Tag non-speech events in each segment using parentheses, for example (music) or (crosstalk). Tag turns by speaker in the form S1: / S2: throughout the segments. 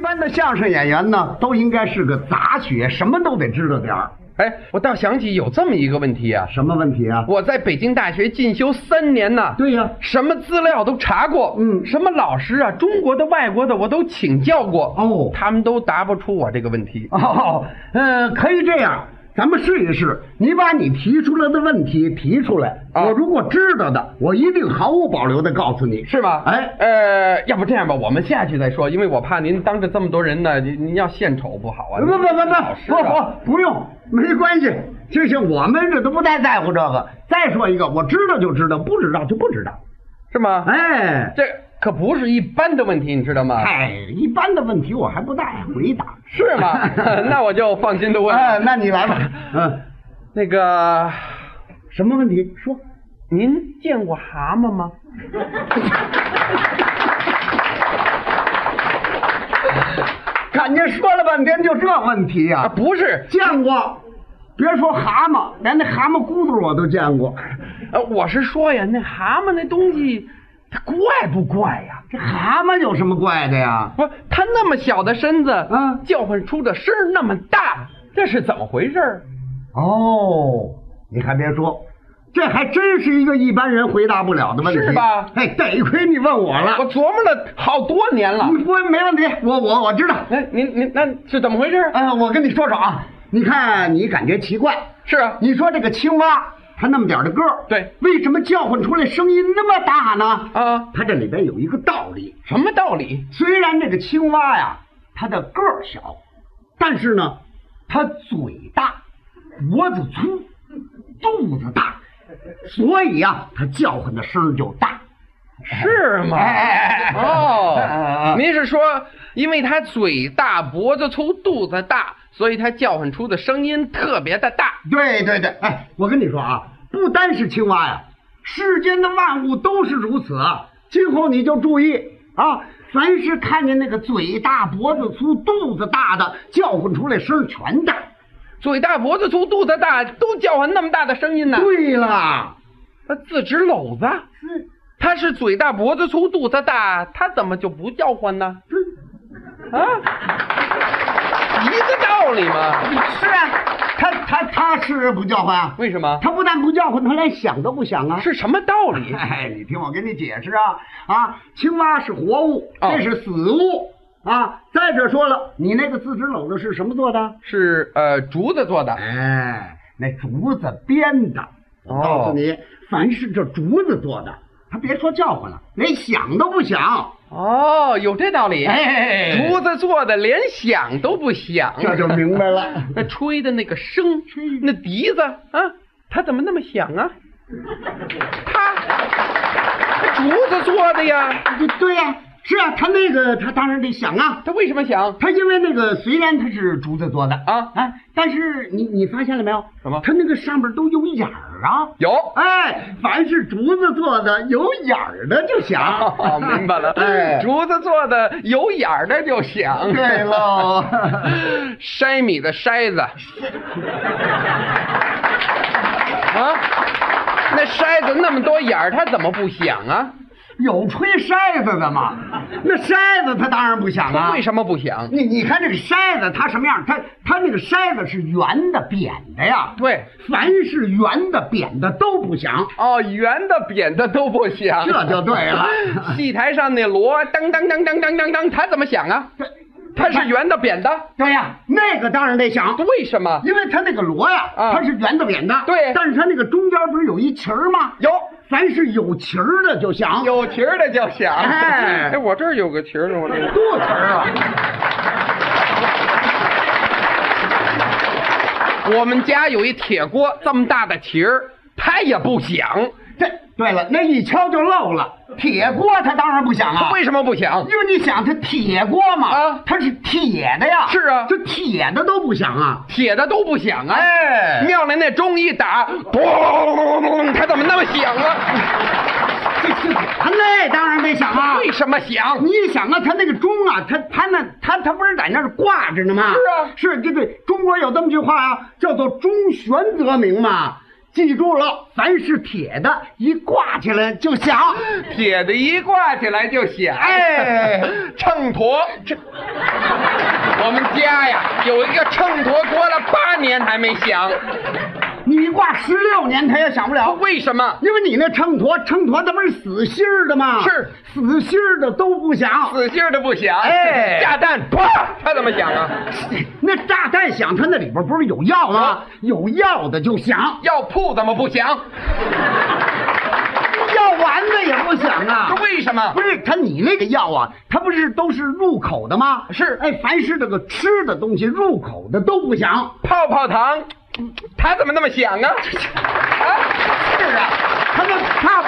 S1: 般的相声演员呢，都应该是个杂学，什么都得知道点儿。
S2: 哎，我倒想起有这么一个问题啊，
S1: 什么问题啊？
S2: 我在北京大学进修三年呢，
S1: 对呀 (laughs)
S2: 什么资料都查过，
S1: 嗯
S2: 什么老师啊，中国的、外国的，我都请教过，
S1: 哦
S2: 他们都答不出我这个问题。
S1: 哦，呃，可以这样，咱们试一试。你把你提出来的问题提出来，
S2: 啊
S1: 我如果知道的，我一定毫无保留的告诉你。
S2: 是吧？
S1: 哎，
S2: 呃，要不这样吧，我们下去再说，因为我怕您当着这么多人呢，您您要献丑不好啊。
S1: 不不不
S2: 老师
S1: 不
S2: 啊
S1: 不不不用，没关系。这些我们这都不太在乎这个。再说一个，我知道就知道，不知道就不知道。
S2: 是吗？
S1: 哎，
S2: 这可不是一般的问题，你知道吗？
S1: 哎，一般的问题我还不大爱回答。(laughs)
S2: 是吗？ (laughs) 那我就放心的问了。
S1: 哎，那你来
S2: (laughs)
S1: 吧。嗯，
S2: 那个，
S1: 什么问题？说。
S2: 您见过蛤蟆吗？
S1: 看您说了半天就这问题呀、
S2: 啊，不是，
S1: 见过，别说蛤蟆，连那蛤蟆骨头我都见过。
S2: 呃，我是说呀，那蛤蟆那东西，它怪不怪呀？
S1: 这蛤蟆有什么怪的呀？
S2: 不是，它那么小的身子，
S1: 啊
S2: 叫唤出的声儿那么大，这是怎么回事儿？
S1: 哦，你还别说，这还真是一个一般人回答不了的问题，
S2: 是吧
S1: 哎，得亏你问我
S2: 我
S1: 了。
S2: 琢磨了好多年了。
S1: 你不没问题，我我我知道。
S2: 那您您那是怎么回事儿？
S1: 哎，我跟你说说啊，你看你感觉奇怪，
S2: 是啊，
S1: 你说这个青蛙，它那么点儿的个儿，
S2: 对，
S1: 为什么叫唤出来声音那么大呢？
S2: 啊，
S1: 它这里边有一个道理。
S2: 什么道理？
S1: 虽然这个青蛙呀，它的个儿小，但是呢，它嘴大，脖子粗，肚子大，所以呀，它叫唤的声儿就大。
S2: 是吗？
S1: 哎哎哎
S2: 哦，
S1: 你
S2: 您是说，因为他嘴大、脖子粗、肚子大，所以他叫唤出的声音特别的大。
S1: 对对对，哎，我跟你说啊，不单是青蛙呀，世间的万物都是如此啊。今后你就注意啊，凡是看见那个嘴大、脖子粗、肚子大的，叫唤出来声儿全大。
S2: 嘴大、脖子粗、肚子大，都叫唤那么大的声音呢？
S1: 对了。
S2: 他自指篓子，他是嘴大、脖子粗、肚子大，他怎么就不叫唤呢？啊，一个道理嘛。
S1: 是啊，他他他是不叫唤啊，
S2: 为什么？
S1: 他不但不叫唤，他连想都不想啊。
S2: 是什么道理？
S1: 哎，你听我给你解释啊啊，青蛙是活物，
S2: 哦
S1: 这是死物、啊。再者说了，你那个自制篓子是什么做的？
S2: 是呃竹子做的。
S1: 哎，那竹子编的。
S2: 哦
S1: 我告诉你，凡是这竹子做的，他别说叫唤了，连想都不想。
S2: 哦，有这道理。
S1: 哎
S2: 竹子做的，连想都不想。
S1: 这就明白 (laughs) 了。
S2: 那吹的那个声
S1: 吹，
S2: 那笛子啊，它怎么那么响啊？它，它竹子做的呀，
S1: 啊对对呀、是啊，他那个他当然得想啊。
S2: 它为什么响？
S1: 它因为那个虽然它是竹子做的
S2: 啊
S1: 哎，但是你你发现了没有？
S2: 什么
S1: 它那个上面都有眼儿啊！
S2: 有。
S1: 哎，凡是竹子做的有眼儿的就响。
S2: 哦， (laughs) 明白了，
S1: (laughs) 哎，
S2: 竹子做的有眼儿的就响。
S1: 对喽。
S2: (laughs) 筛米
S1: (laughs)
S2: 的筛子，啊，那筛子那么多眼儿，它怎么不响啊？
S1: 有吹筛子的吗？那筛子它当然不响啊。
S2: 为
S1: 么？
S2: 什么不响？
S1: 你你看这个筛子它什么样？它它那个筛子是圆的、扁的呀。
S2: 对，
S1: 凡是圆的、扁的都不响。
S2: 哦，圆的、扁的都不响，
S1: 这就对了
S2: (laughs) 戏台上那锣，当当当当当当当，它怎么
S1: (laughs)
S2: 响啊？它是圆的、扁的，
S1: 对呀，那个当然得响。
S2: 为什么？
S1: 因为它那个锣呀，
S2: 啊
S1: 它是圆的扁的，
S2: 对
S1: 但是它那个中间不是有一旗儿吗？
S2: 有
S1: 凡是有旗儿的就响，
S2: 有旗儿的就响。
S1: 哎
S2: 哎，我这儿有个旗儿呢，我这个。
S1: 多旗儿啊！
S2: (laughs) 我们家有一铁锅，这么大的旗儿，它也不响，
S1: 这对了，那一敲就漏了。铁锅它当然不响啊，
S2: 为什么不响？
S1: 因为你想它铁锅嘛，
S2: 啊
S1: 它是铁的呀，
S2: 是啊
S1: 这铁的都不响啊。
S2: 铁的都不响啊！
S1: 哎
S2: 庙里那钟一打，咚，它怎么那么响啊？
S1: 这这它那当然得响啊。
S2: 为什么响？
S1: 你一想啊，它那个钟啊，它它那它它不是在那儿挂着呢吗？
S2: 是
S1: 啊，是这对中国有这么句话啊，叫做“钟悬则鸣”嘛。记住了，凡是铁的，一挂起来就响。
S2: 铁的一挂起来就响，
S1: 哎，
S2: 秤砣，这我们家呀有一个秤砣，拖了八年还没响，
S1: 你挂十六年他也想不了，
S2: 为什么？
S1: 因为你那秤砣，秤砣它不是死芯儿的吗？
S2: 是
S1: 死芯儿的都不响，
S2: 死心儿的不响，
S1: 哎
S2: 炸弹啪，它怎么响啊？
S1: 那炸弹响，它那里边不是有药吗
S2: 啊？
S1: 有药的就响，
S2: 药铺怎么不响？
S1: 药丸子也不响啊
S2: 这。为什么
S1: 不？是他，你那个药啊，它不是都是入口的吗？
S2: 是
S1: 哎，凡是这个吃的东西，入口的都不响。
S2: 泡泡糖，它怎么那么响啊？啊，是啊，
S1: 它那泡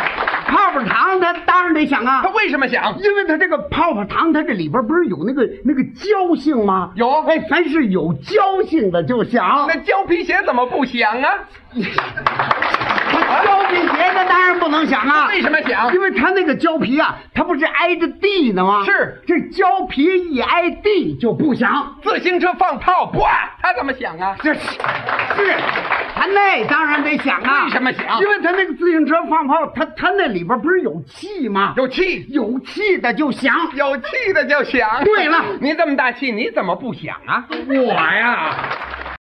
S1: 泡泡糖，它当然得响啊
S2: 它。为什么响？
S1: 因为它这个泡泡糖，它这里边不是有那个那个胶性吗？
S2: 有
S1: 哎，凡是有胶性的就响。
S2: 那胶皮鞋怎么不响啊？
S1: 它胶皮鞋那当然不能响啊。
S2: 为什么响
S1: 因为它那个胶皮啊，它不是挨着地呢吗？
S2: 是
S1: 这胶皮一挨地就不响。
S2: 自行车放炮，啪，它怎么响啊？
S1: 这是是，它那当然得响啊。
S2: 为什么响
S1: 因为它那个自行车放炮，它它那里边不是有气吗？
S2: 有气，
S1: 有气的就响。
S2: 有气的就响。
S1: 对了
S2: 你这么大气，你怎么不响啊？
S1: 我呀，